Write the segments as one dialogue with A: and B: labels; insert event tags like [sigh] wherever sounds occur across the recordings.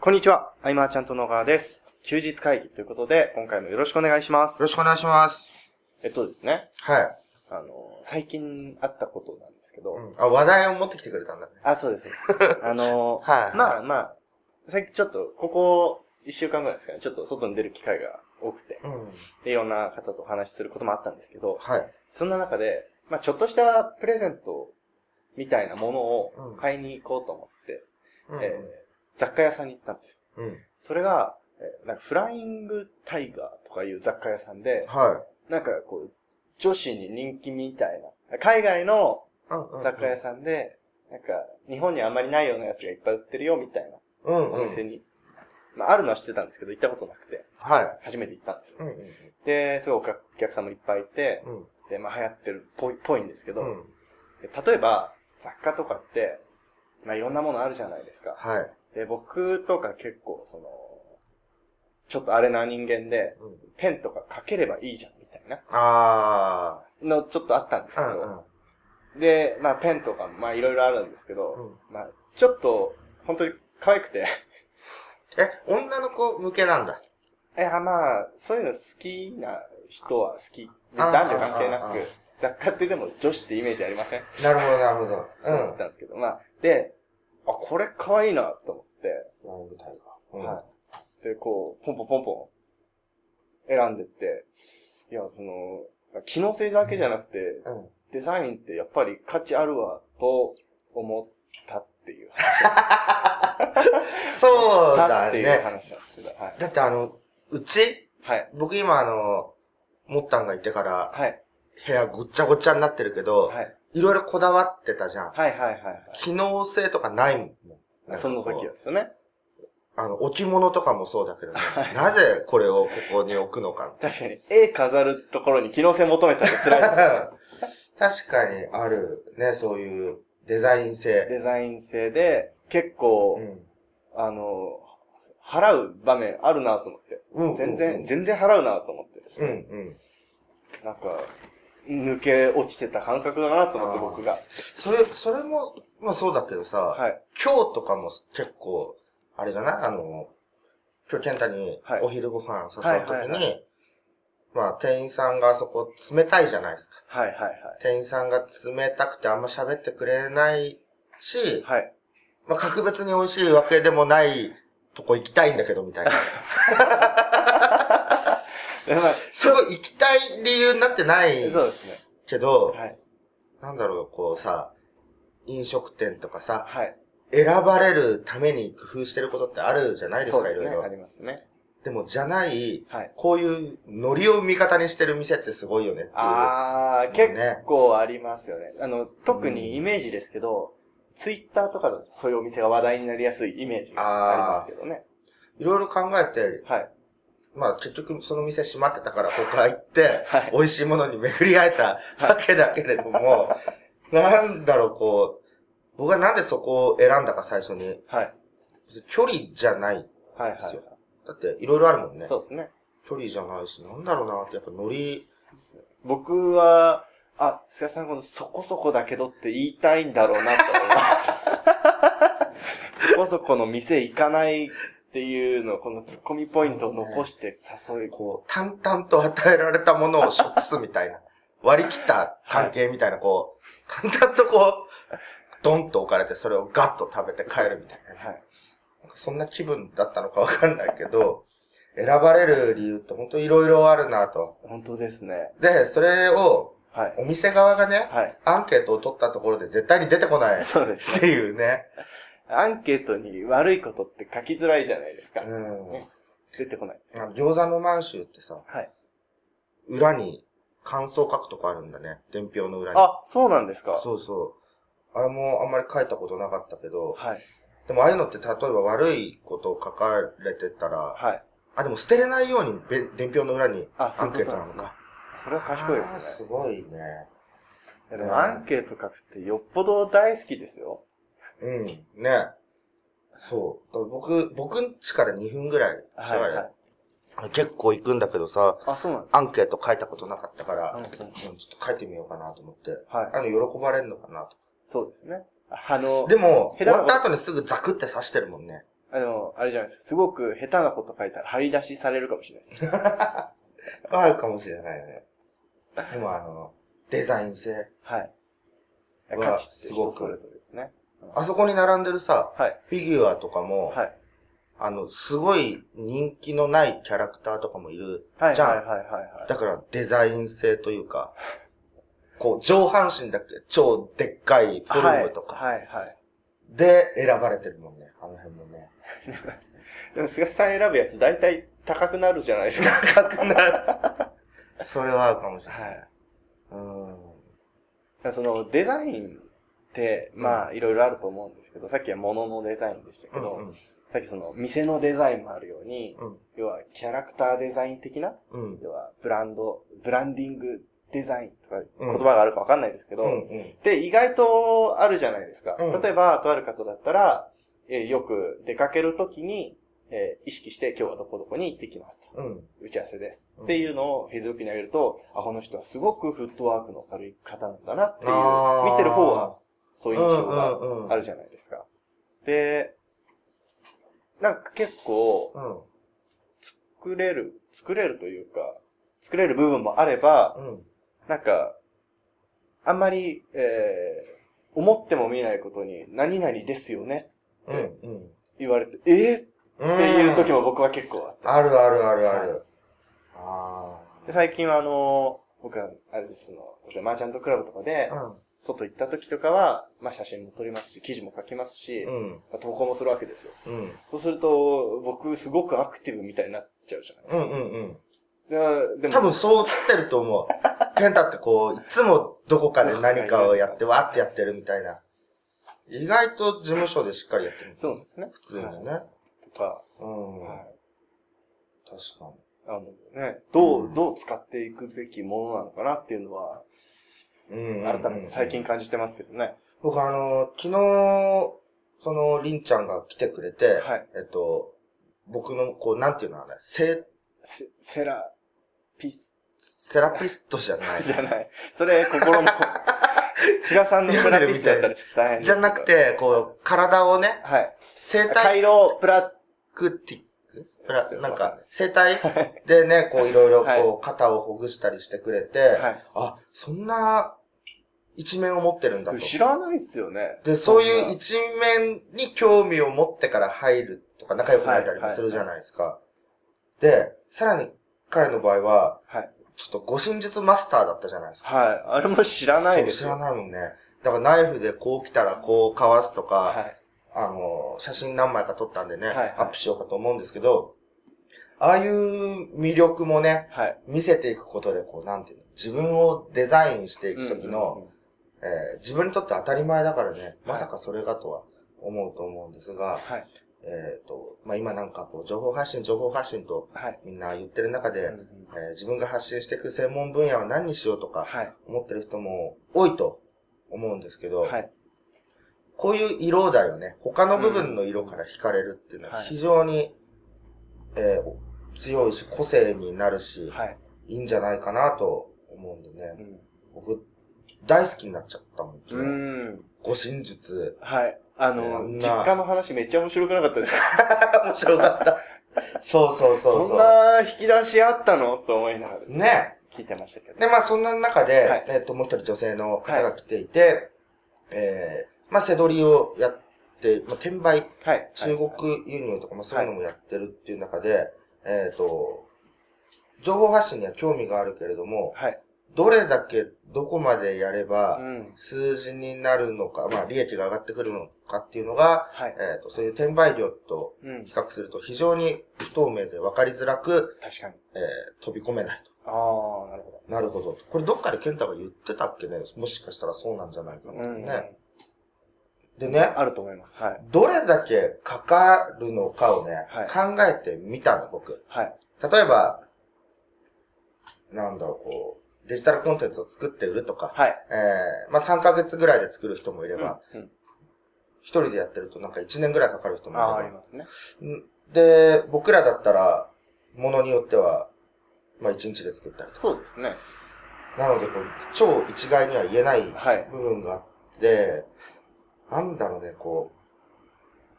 A: こんにちは。アイマーちゃんと野川です。休日会議ということで、今回もよろしくお願いしま
B: よろ
A: す。
B: しくお願いします。
A: えっとですね、
B: はい。
A: あの、最近あったことなんですけど、
B: うん、あ、話題を持ってきてくれたんだね。
A: あ、そうです。そうですあの、
B: はい
A: まあまあ、最近ちょっと、ここ一週間ぐらいですかね、ちょっと外に出る機会が多くて、
B: うん。
A: でいろんな方とお話しすることもあったんですけど、
B: はい。
A: そんな中で、まあちょっとしたプレゼントみたいなもの
B: う
A: を
B: ん
A: 買いに行こうと思って、
B: うん。
A: えー雑貨屋さんに行ったんですよ。
B: うん。
A: それが、えーなんかフライングタイガーとかいう雑貨屋さんで、
B: は
A: なんかこう、女子に人気みたいな、海外の
B: い。うんうん。
A: 雑貨屋さんで、なんか、日本にあんまりないようなやつがいっぱい売ってるよみたいな
B: うん。
A: お
B: うん。
A: 店に、まあ、あるのは知ってたんですけど、行ったことなくて、
B: はい。
A: 初めて行ったんですよ。
B: うん。うん。
A: で、すごいお客お客さんもいっぱいいて、
B: うん。
A: で、まあ流行ってるっぽいっぽいんですけど、
B: うん。
A: で例えば、雑貨とかって、まあいろんなものあるじゃないですか。
B: はい。
A: で、僕とか結構その、ちょっとあれな人間で、
B: うん。
A: ペンとか書ければいいじゃんみたいな
B: あ
A: のちょっとあったんです
B: ー。
A: け
B: うん。う
A: ど、で、まあペンとかもまあいろいろあるんですけ
B: ん。う
A: ど、
B: ん。
A: まあちょっと本当に可愛くて、 [laughs]
B: え、女の子向けなんだ。
A: いやまあそういうの好きな人は好き。で
B: あ
A: 男
B: ー
A: 女関係な
B: あーあ
A: く
B: ー、
A: 雑貨ってでも女子ってイメージありません
B: なるほど、なるほど。
A: そうだったんですけど、まあ、で、あ、これ可愛いなと思って、
B: フライングタイガー。
A: はい。で、こう、ポンポンポンポン、選んでって、いや、その、機能性だけじゃなくて、
B: うん。うん。
A: デザインってやっぱり価値あるわ、と思ったっていう話。
B: そうだ
A: っていう話
B: ね。
A: なんですけど、はい。
B: だってあの、うち、
A: はい。
B: 僕今あの、モッタンがいてから、
A: はい。
B: 部屋ごっちゃごちゃになってるけど、
A: はい。
B: いろいろこだわってたじゃん。
A: はいはいはいはい。
B: 機能性とかないもん。なんかこう
A: その時はですよね。
B: あの、置物とかもそうだけどね、なぜこれをここに置くのか。
A: 確かに、絵飾るところに機能性求めたら辛いですよね。
B: 確かにあるね、そういうデザイン性。
A: デザイン性で、結構、
B: うん
A: あの、払う場面あるなと思って。
B: うん
A: 全然、。全然払うなと思ってです
B: うん
A: ね。
B: うん。
A: なんか、抜け落ちてた感覚だなと思って
B: あー
A: 僕が。
B: それ、それも、まあそうだけどさ、
A: はい。
B: 今日とかも結構、あれじゃないあの、今日健太に
A: はい
B: お昼ご飯誘うと
A: は
B: き
A: いはいは
B: に、まあ店員さんがあそこ冷たいじゃないですか。
A: はいはい
B: 店員さんが冷たくてあんま喋ってくれないし、
A: はい。はい。
B: まあ、格別に美味しいわけでもないとこ行きたいんだけど、みたい
A: [laughs]
B: な。
A: でまあ
B: そこ行きたい理由になってない
A: そうですね。
B: けど、
A: はい。
B: なんだろう、こうさ、飲食店とかさ、
A: はい。
B: 選ばれるために工夫してることってあるじゃないです
A: そう
B: か、
A: で
B: い
A: す
B: ろい
A: ね。
B: ろ
A: あ。りますね。
B: でも、じゃない、
A: はい。
B: こういうノリを味方にしてる店ってすごいよねっていう。
A: あー、
B: ね
A: 結構ありますよね。あの、特にイメージですけど、ツイッターとかだとそういうお店が話題になりやすいイメージがありますけどね。
B: いろいろ考えて、
A: はい。
B: まあ結局その店閉まってたから他行って、
A: はい。
B: 美味しいものに巡り合えたわけだけれども、なんだろう、こう、僕はなんでそこを選んだか最初に、
A: はい。
B: 別に距離じゃない。
A: はい。はい
B: ですよ。だって、いろいろあるもんね。
A: そうですね。
B: 距離じゃないし、なんだろうなって、やっぱノリ、
A: 僕は、あ、菅さんこのそこそこだけどって言いたいんだろうなと思い
B: [laughs]
A: ます。そこそこの店行かないっていうのを、このツッコミポイントを残して誘い、
B: こう、淡々と与えられたものを食すみ
A: [laughs]
B: たいな、割り切った関係みたいな、こう、淡々とこう、ドンと置かれて、それをガッと食べて帰るみたいな。
A: はい。
B: なんかそんな気分だったのかわかんないけど、選ばれる理由って本当いろいろあるなと。
A: 本当ですね。
B: で、それを、
A: はい。
B: お店側がね、
A: はい。
B: アンケートを取ったところで絶対に出てこないっ
A: そうですね。
B: ていうね。
A: アンケートに悪いことって書きづらいじゃないですか。
B: うん。
A: 出てこない。
B: あの餃子の満州ってさ、
A: はい。
B: 裏に感想書くとこあるんだね。伝票の裏に。
A: あ、そうなんですか。
B: そうそう。あれもあんまり書いたことなかったけど、
A: はい。
B: でもああいうのって例えば悪いことを書かれてたら、
A: はい。
B: あ、でも捨てれないようにべ伝票の裏にア
A: あそうい
B: ン
A: う
B: ケ
A: こ
B: ー
A: と
B: ト
A: な
B: なんの
A: ですね
B: か。
A: それは賢いで
B: あー
A: す
B: す
A: ね。
B: ごいね。
A: いやでもアンケート書くってよっぽど大好きですよ。
B: うん、ね。そう。だから僕、僕ん家から2分ぐらい、
A: はい。はい、
B: 結構行くんだけどさ、
A: あ、そうなんですか。
B: アンケート書いたことなかったから、
A: う
B: うん
A: う
B: ん
A: ん
B: ちょっと書いてみようかなと思って。
A: はい。
B: あの、喜ばれるのかなと
A: そうですね。あの、
B: でも、
A: 下手
B: 終
A: な
B: わ
A: こ
B: っ
A: と
B: た後にすぐザクって刺してるもんね。
A: あ、でも、あれじゃないですか。すごく下手なこと書いたら、張り出しされるかもしれない
B: [laughs]
A: です。
B: あるかもしれないね。でもあの、デザイン性。
A: はい。
B: うわ
A: 価値って
B: す
A: 人
B: ごく
A: それぞれですね。
B: あそこに並んでるさ、
A: はい。
B: フィギュアとかも、
A: はい。
B: あの、すごい人気のないキャラクターとかもいる。
A: はい。
B: じゃあ
A: はい。はい。はい。
B: だからデザイン性というか、こう、上半身だけ超でっかいフォルムとか
A: はい。はい。はい。
B: で選ばれてるもんね。あの辺もね。
A: でも、菅さん選ぶやつ、大体高くなるじゃないですか。
B: 高くなる。それはあるかもしれない。
A: はい。
B: うん。
A: その、デザインって、まあ、いろいろあると思うんですけど、さっきは物のデザインでしたけど、
B: うん
A: さっきその、店のデザインもあるように、
B: うん。
A: 要は、キャラクターデザイン的な、
B: うん。
A: 要は、ブランド、ブランディングデザインとか、
B: うん
A: 言葉があるかわかんないですけど、
B: うん。うん。
A: で、意外とあるじゃないですか。
B: うん
A: 例えば、とある方だったら、えーよく出かけるときに、えー意識して今日はどこどこに行ってきますと。
B: うん。
A: 打ち合わせです。
B: うん
A: っていうのを Facebook に上げると、あ、この人はすごくフットワークの軽い方なんだなっていう、
B: あー
A: 見てる方はそういう印象が
B: うんうんうん
A: あるじゃないですか。で、なんか結構、
B: うん。
A: 作れる、作れるというか、作れる部分もあれば、
B: うん。
A: なんか、あんまり、えー、思っても見ないことに、何々ですよね
B: うん。うん。
A: 言われて、えー、っていう時
B: も。
A: も僕は結構あって。
B: あるあるあるある。あ
A: で最近はあのー僕は、あれです、その、例えばマーチャントクラブとかで、
B: あ。
A: 外行った時とかは、まあ写真も撮りますし、記事も書きますし、
B: うん。うん。
A: まあ投稿もするわけですよ。
B: うん。
A: そうすると、僕すごくアクティブみたいになっちゃうじゃない
B: うんうんうん。
A: でで
B: 多
A: も、
B: 分そう映ってると思う。健太ってこう、いつもどこかで何かをやって、わーってやってるみたいな。意外と事務所でしっかりやってる。
A: そうなんですね。
B: 普通に
A: はい
B: ね。
A: とか、
B: うん。
A: はい
B: 確か
A: あのね、ど
B: う
A: う、
B: ん
A: どう使っていくべきものなのかなっていうのは、
B: に。うん
A: 改めて最近。感じてますけどね。
B: 僕あの、昨日、その、りんちゃんが来てくれて、
A: はい
B: えっと、僕の、こう、なんていうのあれ、セ、
A: セセラピス
B: セラピストじゃない。
A: [laughs] じゃない。それ、心
B: [laughs]
A: の、菅さんのセラピストだったらちょっと大変です
B: じゃなく、て、こう、体をね、
A: はい。
B: 生体
A: 回廊、プラ、
B: クティックプラ、なんか、生体でね、こういろいろこう、肩をほぐしたりしてくれて、
A: はい
B: あ、そんな一面を持ってるんだと。
A: 知らないっすよね。
B: で、そういう
A: は
B: 一面に興味を持ってから入るとか、仲良くなれたりもするじゃないですか。で、さらに彼の場合は、
A: はい。
B: ちょっと護身術マスターだったじゃないですか。
A: はい。あれも知らない
B: そう
A: です
B: 知
A: よ。
B: らないもんね。だからナイフでこう来たらこうかわすとか、
A: はい。
B: あの、写真何枚か撮ったんでね、
A: はいはい
B: アップしようかと思うんですけど、ああいう魅力もね、
A: はい。
B: 見せていくことで、こう、なんていうの、自分をデザインしていくとき
A: うんう
B: の、
A: んうん、
B: えー自分にとって当たり前だからね、まさかそれがとは思うと思うんですが、
A: はい。
B: えっ、と、まあ、今なんかこう、情報発信、情報発信と
A: はい。
B: みんな言ってる中で、
A: うんうん
B: えー自分が発信していく専門分野は何にしようとか、
A: はい。
B: 思ってる人も多いと思うんですけど、
A: はい。
B: こういう色だよね。他の部分の色から惹かれるっていうの
A: うん
B: は
A: はい
B: 非常に、えー強いし、個性になるし、
A: はい。
B: い、いんじゃないかなと思うんで
A: う
B: ね。
A: ん
B: 僕、大好きになっちゃったもん。
A: う
B: 昨日
A: ん。
B: 護身術。
A: はい。あの、
B: いやんな
A: 実家の話めっちゃ面白くなかったです。
B: [laughs] 面白かった。そうそうそう
A: そん
B: そう。
A: な引き出しあったのと思いながら
B: ね。
A: 聞いてましたけど。
B: で、まあそんな中で、
A: はい
B: えっ、と、もう一人女性の方が来ていて、えーまあ、背取りをやって、まあ、転売
A: はい。
B: 中国輸入とか、まあ、そういうのもやってるっていう中で、えっ、と、情報発信には興味があるけれども、
A: はい。
B: どれだけどこまでやれ
A: う
B: ば、
A: ん。
B: 数字になるのか、まあ、利益が上がってくるのかっていうのが、
A: はい。
B: えっ、と、そういう転売量と
A: うん
B: 比。較すると非常に不透明で分かりづらく、
A: 確かに。
B: えー飛び込めないと。
A: ああ、なるほ
B: なるほど。これどっかで健太が言ってたっけねもしかしたらそうなんじゃないか
A: ど。
B: な、
A: うん。
B: ね。でね、
A: あると思います。はい。
B: どれだけかかるのかをね、
A: はい
B: 考えてみたの、僕。
A: はい。
B: 例えば、なんだろう、こう、デジタルコンテンツを作って売るとか、
A: はい。
B: えー、まあ3ヶ月ぐらいで作る人もいれば、
A: うんうん
B: 一、人でやってるとなんか1年ぐらいかかる人もい
A: ああ、あり
B: れば
A: ますね。
B: うん。で、僕らだったら、ものによっては、まあ1日で作ったりとか。
A: そうですね。
B: なので、こう、超一概には言えない
A: はい。
B: 部分があって、なんだろうね、こう、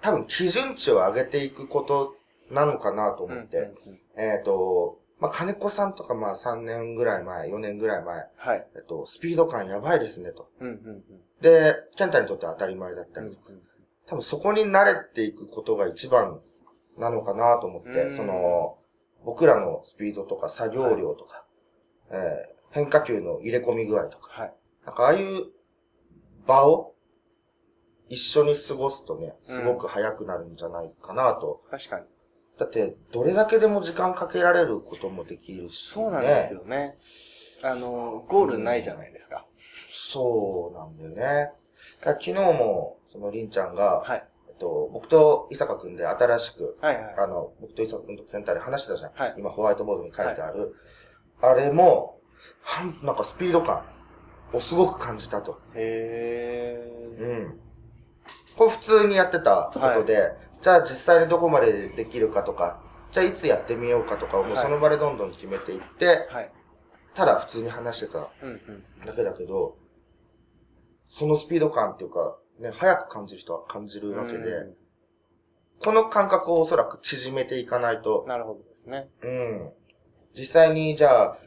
B: 多分基準値を上げていくことなのかなと思って、
A: うんうん
B: えっ、と、まあ、金子さんとかまあ3年ぐらい前、4年ぐらい前、
A: はい。
B: えっと、スピード感やばいですねと。
A: うんうんうん。
B: で、ケンタにとっては当たり前だった
A: うん
B: りとか、多分そこに慣れていくことが一番なのかなと思っ
A: う
B: て、
A: ん
B: その、僕らのスピードとか作業量とか、えー変化球の入れ込み具合とか、
A: はい。
B: なんかああいう場を一緒に過ごすとね、すごく早くなるんじゃないかなと。
A: 確かに。
B: だって、どれだけでも時間かけられることもできるし、ね。
A: そうなんですよね。あの、ゴールないじゃないですか。
B: そうなんだよね。だから昨日も、そのりんちゃんが、
A: はい。
B: えっと、僕と伊坂くんで新しく、
A: はいはい。
B: あの、僕と伊坂くんとセンターで話してたじゃん。
A: はい
B: 今ホワイトボードに書いてある。あれも、はんなんかスピード感をすごく感じたと。
A: へ
B: う
A: ー。
B: ん。これ普通にやってたことで、じゃあ実際にどこまでできるかとか、じゃあいつやってみようかとかをもう
A: はい
B: その場でどんどん決めていって、
A: はい。
B: ただ普通に話してた
A: うんうん。
B: だけだけど、そのスピード感っていうか、ね、早く感じる人は感じるわけで、
A: う
B: この感覚をおそらく縮めていかない
A: ん
B: と、
A: なるほどですね。
B: うん。実際に、じゃあ、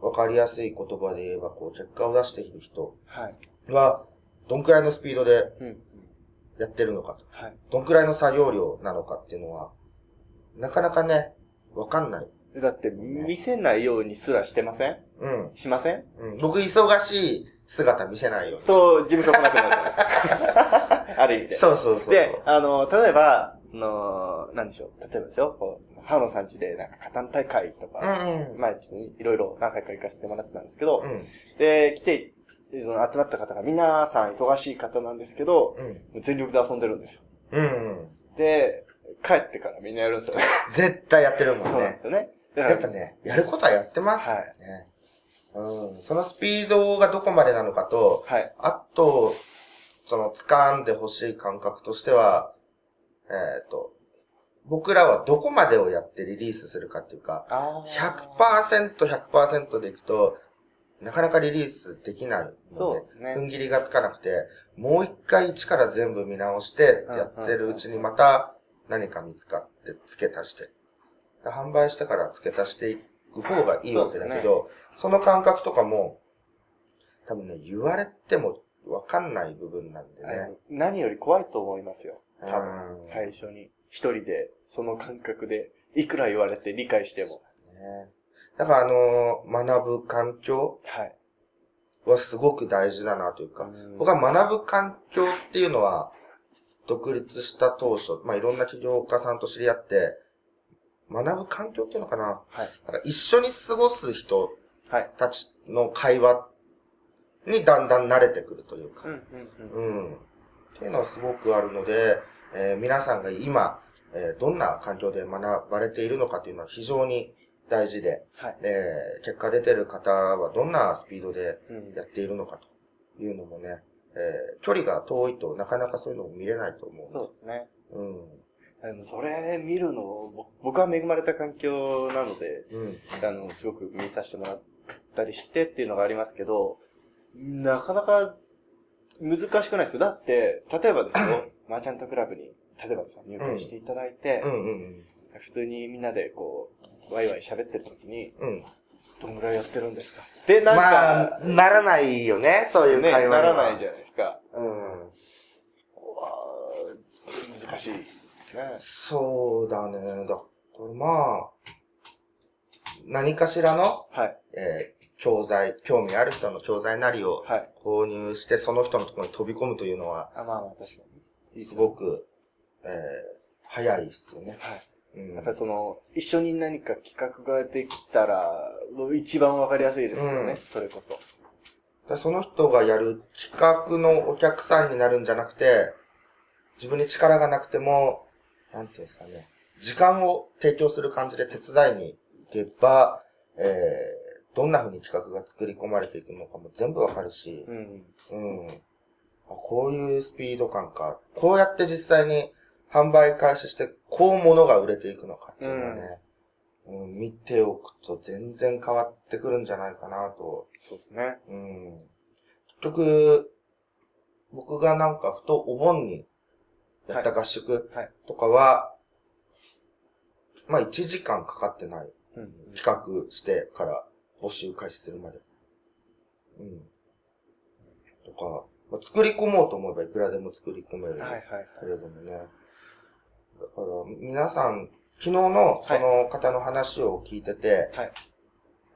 B: わかりやすい言葉で言えば、こう、結果を出している人
A: はい。
B: は、どんくらいのスピードで
A: うんうん。
B: やってるのかと。
A: はい。
B: どんくらいの作業量なのかっていうのは、なかなかね、わかんない。
A: だって、見せないようにすらしてません
B: うん。
A: しません
B: うん、僕、忙しい姿見せないように。
A: と、事務所来なくなるじゃないですか。あ [laughs] る意味で。
B: そうそうそうそう。
A: で、あの、例えば、あの、なんでしょう。例えばですよ、こう、ハロさんちで、なんか、カタン大会と
B: う
A: か、
B: んうん。
A: 前、いろいろ何回か行かせてもらってたんですけど、
B: うん。
A: で、来て、その集まった方が皆さん忙しい方なんですけど、
B: うん。
A: 全力で遊んでるんですよ。
B: うん、うん。
A: で、帰ってからみんなやるんですよね。
B: 絶対やってる
A: そう
B: も
A: んなんで
B: ね。
A: すよね。だから
B: やっぱね、やることはやってますからね。うん。そのスピードがどこまでなのかと、
A: はい。
B: あと、その、掴んでほしい感覚としては、えっ、と、僕らはどこまでをやってリリースするかっていうか、
A: あー
B: 100%100% でいくと、なかなかリリースできないので、
A: そうですね
B: 踏ん切りがつかなくて、もう一回一から全部見直して、やってるうちにまた何か見つかって付け足して。販売してから付け足していく方がいいわけだけど、その感覚とかも、多分ね、言われてもわかんない部分なんで
A: あ
B: ね
A: の。何より怖いと思いますよ。多分、
B: うん
A: 最初に。一人で、その感覚で、いくら言われて理解しても。
B: ねだからあのー学ぶ環境
A: はい。
B: はすごく大事だなというか、
A: うん
B: 僕は学ぶ環境っていうのは、独立した当初、まあ、いろんな起業家さんと知り合って、学ぶ環境っていうのかな
A: はい。
B: なんか一緒に過ごす人
A: はい。
B: たちの会話にだんだん慣れてくるというか
A: うん、うん
B: うん。っていうのはすごくあるので、えー皆さんが今、えーどんな環境で学ばれているのかというのは非常に大事で、
A: はい。
B: えー結果出てる方はどんなスピードで
A: うん
B: やっているのかというのもね、えー距離が遠いとなかなかそういうのも見れないと思う。
A: そうですね。
B: う。うん。
A: でもそれ見るの、ぼ僕は恵まれた環境なので、
B: うん。
A: あの、すごく見させてもらったりしてっていうのがありますけど、なかなか難しくないですよ。だって、例えばです
B: [coughs]
A: よ、マーチャントクラブに、例えばですね入会していただいて、
B: うんうん
A: 普通にみんなでこう、ワイワイ喋ってる時に、
B: うん。うん。
A: どんぐらいやってるんですかで、なんか、
B: まあ、ならないよね、そういう
A: ね、
B: 会話に
A: な
B: は
A: らないじゃないですか。
B: うん。
A: うわー難しいですね。
B: そうだね。だからまあ、何かしらの、
A: はい、
B: えー教材、興味ある人の教材なりを
A: はい。
B: 購入して、その人のところに飛び込むというのは、
A: あ、まあまあ、確かに。
B: すご
A: く。
B: く、えー早いですよね。
A: はい。
B: うん
A: やっぱりその、一緒に何か企画ができたら、一番わかりやすいですよね、
B: うん
A: それこそ。
B: だからその人がやる企画のお客さんになるんじゃなくて、自分に力がなくても、なんていうんですかね、時間を提供する感じで手伝いに行けば、えー、どんな風に企画が作り込まれていくのかも全部わかるし、
A: うん。
B: うん。あ、こういうスピード感か。こうやって実際に販売開始して、こう物が売れていくのかっていうのはね、うん、見ておくと全然変わってくるんじゃないかなと
A: そうですね。
B: うん結局、僕がなんかふとお盆にやった合宿
A: はい
B: とかは、まあ1時間かかってない。
A: うん。
B: 企画してから募集開始するまで。うん。とか、まあ、作り込もうと思えばいくらでも作り込め
A: は
B: る。
A: いはいはい。
B: けれどもね。だから、皆さん、昨日のその方の話を聞いてて、
A: はい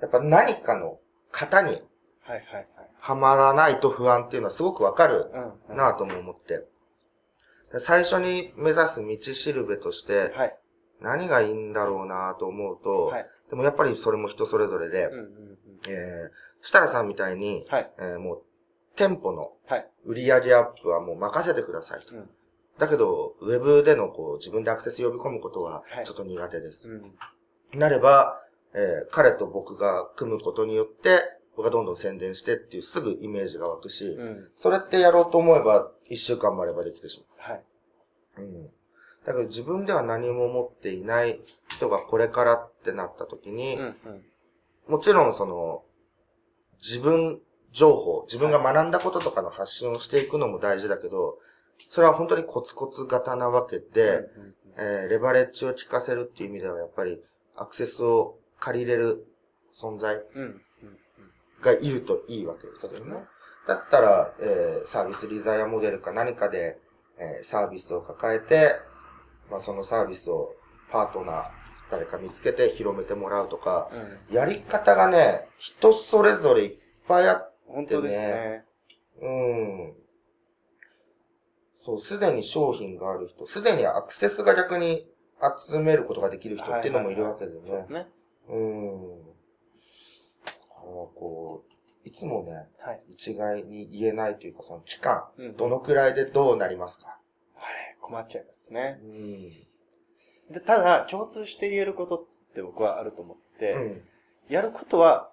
B: やっぱ何かの型に
A: はいはい
B: はまらないと不安っていうのはすごくわかる
A: はい。うん。
B: なぁとも思って。で最初に目指す道しるべとして、
A: はい。
B: 何がいいんだろうなぁと思うと、
A: はい。
B: でもやっぱりそれも人それぞれで、
A: うんうんうん。
B: えー、設楽さんみたいに、
A: はい。
B: えーもう、店舗の
A: はい。
B: 売り上げアップはもう任せてくださいと。
A: うん
B: だけど、ウェブでのこう、自分でアクセス呼び込むことは
A: は、い
B: ちょっと苦手です。
A: うん。
B: なれば、えー彼と僕が組むことによって、僕がどんどん宣伝してっていうすぐイメージが湧くし、
A: うん。
B: それってやろうと思えば、一週間もあればできてし
A: はい。
B: まう。うん。だけど自分では何も持っていない人がこれからってなった時に、
A: うんうん。
B: もちろんその、自分情報、自分が学んだこととかの発信をしていくのも大事だけど、それは本当にコツコツ型なわけで、
A: うんうんうん
B: えーレバレッジを効かせるっていう意味ではやっぱりアクセスを借りれる存在
A: うんうんうん。
B: がいるといいわけですよね。だったら、えーサービスリザイアモデルか何かで、えーサービスを抱えて、まあ、そのサービスをパートナー、誰か見つけて広めてもらうとか、
A: うん。
B: やり方がね、人それぞれいっぱいあっ、
A: 本当です
B: で
A: ね。
B: うん。そう、すでに商品がある人、すでにアクセスが逆に集めることができる人っていうのもいるわけでね。
A: そうですね。
B: うん。だからこう、いつもね、
A: はい。
B: 一概に言えないというか、その期間、
A: うん。
B: どのくらいでどうなりますか
A: あれ、困っちゃいますね。
B: うん。
A: で、ただ、共通して言えることって僕はあると思って、
B: うん。
A: やることは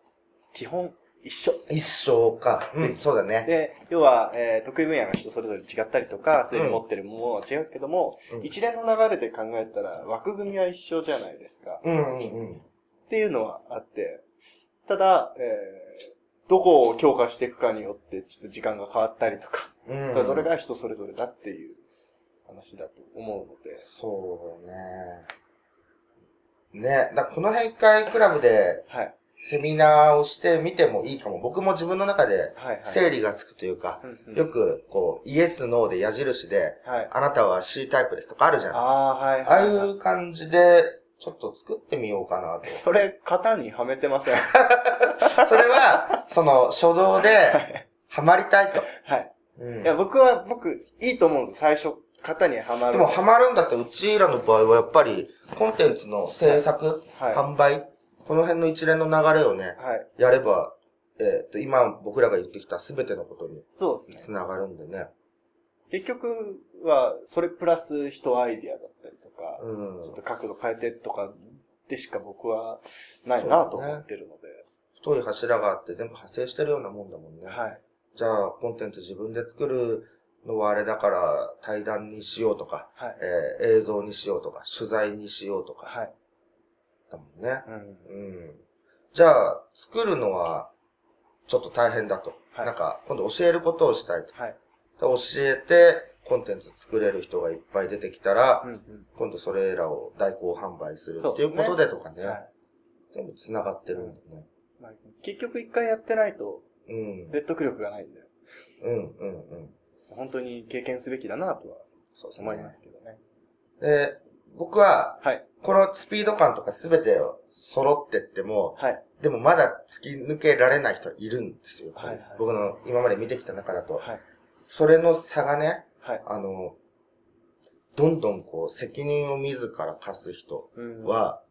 A: 基本一緒。
B: 一生か。うん、そうだね。
A: で、要は、えー得意分野が人それぞれ違ったりとか、すでに持ってるものは違うけども、
B: うん
A: 一連の流れで考えたら枠組みは一緒じゃないですか。
B: うんうんうん。
A: っていうのはあって、ただ、えーどこを強化していくかによって、ちょっと時間が変わったりとか、
B: うん
A: それぞれが人それぞれだっていう話だと思うので。
B: そうだね。ね、だからこの辺一回クラブで
A: はい。
B: セミナーをしてみてもいいかも。僕も自分の中で
A: はい、はい。
B: 整理がつくというか、
A: うんうん
B: よくこう、イエス、ノーで矢印で、
A: はい。
B: あなたは C タイプですとかあるじゃん。あ
A: ああー、はい。
B: あい
A: はは
B: う感じで、ちょっと作ってみようかなと。
A: それ、型にはめてません。 [laughs]
B: それは、その、初動で、ハマりたいと。
A: はい。
B: うん、
A: いや、
B: で
A: 僕は、僕、いいと思うんです。最初、型にはまる。
B: も、ハマるんだったら、うちらの場合はやっぱり、コンテンツの制作、
A: はい。は
B: 販売、この辺の一連の流れをね、
A: い。
B: やれば、えっ、と、今僕らが言ってきたすべてのことに
A: そうです
B: つ
A: ね。
B: ながるんでね。
A: 結局は、それプラス人アイディアだったりとか、
B: う
A: ちょ
B: ん
A: っ。と角度変えてとかでしか僕はないなと思ってるので。
B: 太い柱があって全部派生してるようなもんだもんね。
A: はい。
B: じゃあ、コンテンツ自分で作るのはあれだから、対談にしようとか、
A: はい。
B: えー映像にしようとか、取材にしようとか、
A: はい。
B: だもんね。
A: うん。
B: うん。じゃあ、作るのは、ちょっと大変だと。
A: はい
B: なんか、今度教えることをしたいと。
A: はい。
B: 教えて、コンテンツ作れる人がいっぱい出てきたら、
A: うんうん。
B: 今度それらを代行販売する
A: そう
B: っていうことでとかね、
A: はい
B: 全部繋がってるんでね。
A: まあ結局一回やってないと、
B: うん。
A: 説得力がないんで、
B: うん、うん、うん。
A: 本当に経験すべきだなとは
B: そうです
A: 思いま
B: ね。
A: すけどね。
B: で、僕は、
A: はい。
B: このスピード感とか全てを揃ってっても、
A: はい。
B: でもまだ突き抜けられない人いるんですよ。
A: はいはい
B: 僕の今まで見てきた中だと。
A: はい。
B: それの差がね、
A: はい。
B: あの、どんどんこう、責任を自ら課す人
A: うん。
B: は、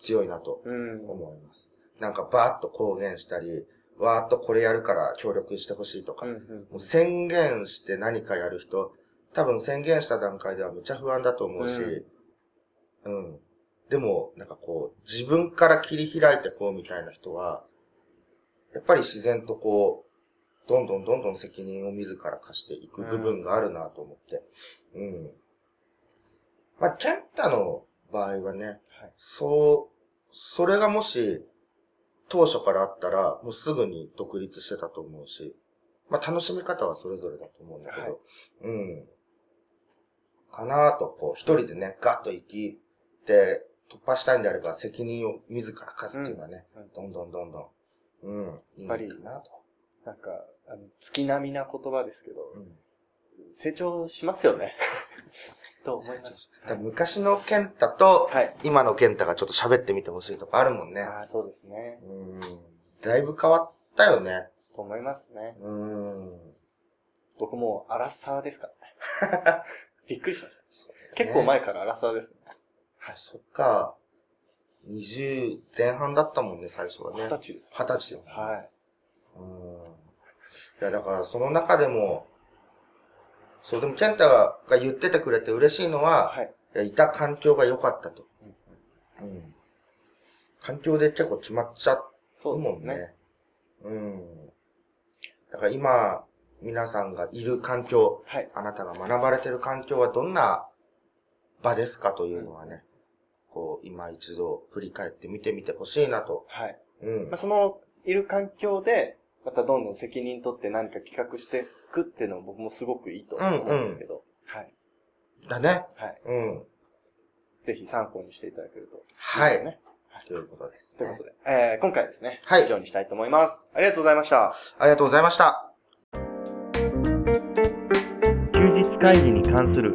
B: 強いなと
A: うん。
B: 思います。なんかバーッと公言したり、わーっとこれやるから協力してほしいとか、
A: うんう
B: も
A: ん。
B: う宣言して何かやる人、多分宣言した段階ではめちゃ不安だと思うし、うん。でも、なんかこう、自分から切り開いてこうみたいな人は、やっぱり自然とこう、どんどんどんどん責任を自ら課していく部分があるなと思って。うん。まあ、ケンタの場合はね、
A: はい。
B: そう、それがもし、当初からあったら、もうすぐに独立してたと思うし、まあ楽しみ方はそれぞれだと思うんだけど、
A: はい
B: うん。かなと、こう、一人でね、ガッと生きて、突破したいんであれば、責任を自ら課すっていうのはね、
A: うんうん
B: どんどんどんどん、うん、いい
A: ぱり
B: かなと。
A: なんか、あの、月並みな言葉ですけど、
B: うん
A: 成長しますよね。 [laughs] と思います。
B: だから昔の健太と、
A: はい。
B: 今の健太がちょっと喋ってみてほしいとかあるもんね。
A: ああ、そうですね。
B: うん、だいぶ変わったよね。
A: と思いますね。
B: うん。
A: 僕もう、アラッサーですからね。 [laughs] びっくりしました。
B: そうだよね
A: 結構前からアラッサーですね。
B: そっか。20前半だったもんね、最初は
A: 二
B: ね
A: 十。歳です。
B: 二十歳だもんね
A: はい。
B: うんいや、だからその中でも、そう、でも健太が言っててくれて嬉しいのは、
A: はい。
B: いやいた環境が良かったと。
A: うんうん
B: うん。環境で結構決まっちゃ
A: そううで
B: も
A: す
B: ん
A: ね。
B: ね。うん。だから今、皆さんがいる環境、
A: はい。
B: あなたが学ばれてる環境はどんな場ですかというのはね、こう、今一度振り返って見てみてほしいなと。
A: はい。
B: うん
A: まあ、。その、いる環境で、またどんどん責任取って何か企画していくっていうのも僕もすごくいいと思うんですけど、はい。
B: だね。
A: はい。
B: うん。
A: ぜひ参考にしていただけるとい
B: はい
A: です
B: い。
A: ね。
B: ということです、
A: という
B: ね
A: こと。で、えー今回ですね、
B: はい
A: 以上にしたいと思います。ありがとうございました。
B: ありがとうございました。
A: 休日会議に関する